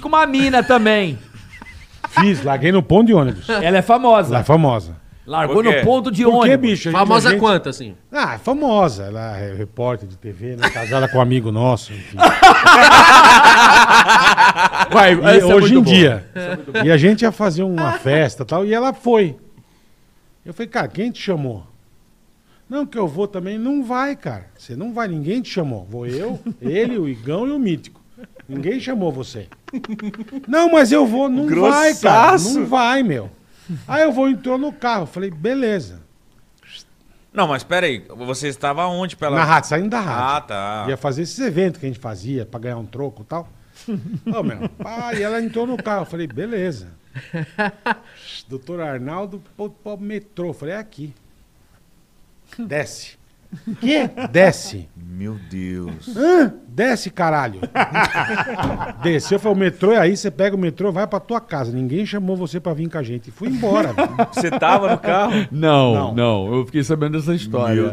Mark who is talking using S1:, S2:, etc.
S1: Com uma mina também.
S2: Fiz, larguei no ponto de ônibus.
S1: Ela é famosa.
S2: Ela é famosa.
S1: Largou
S3: Por quê?
S1: no ponto de
S2: Por que,
S1: ônibus.
S2: bicho? A gente-
S4: Famosa
S2: a gente-
S4: quanto, assim?
S2: Ah, é famosa. Ela é repórter de TV, né? casada com um amigo nosso. enfim.
S3: Vai,
S4: é
S2: E hoje em dia. E a gente ia fazer uma festa e tal, e ela foi. Eu falei, cara, quem te chamou? Não, que eu vou também. Não vai, cara. Você não vai, ninguém te chamou. Vou eu, ele, o Igão e o Mítico. Ninguém chamou você. Não, mas eu vou. Não vai, cara. Não
S3: Grossaço.
S2: vai, meu. Aí eu vou, entrou no carro. Eu Falei, beleza.
S3: Não, mas peraí, você estava onde pra ela?
S2: Na rádio, saindo da rádio.
S3: Ah, tá.
S2: Ia fazer esses eventos que a gente fazia pra ganhar um troco e tal. Ô, meu, pá, e ela entrou no carro. Eu falei, beleza. Doutor Arnaldo, pô, pô, metrô. Eu falei, é aqui. Desce. Quê? Desce.
S3: Meu Deus.
S2: Hã? Desce, caralho. Desceu, falou, o metrô é aí, você pega o metrô, vai pra tua casa. Ninguém chamou você pra vir com a gente. E fui embora. velho.
S3: Você tava no carro?
S5: Não,
S2: Não.
S5: não, Eu fiquei sabendo dessa história.
S3: Meu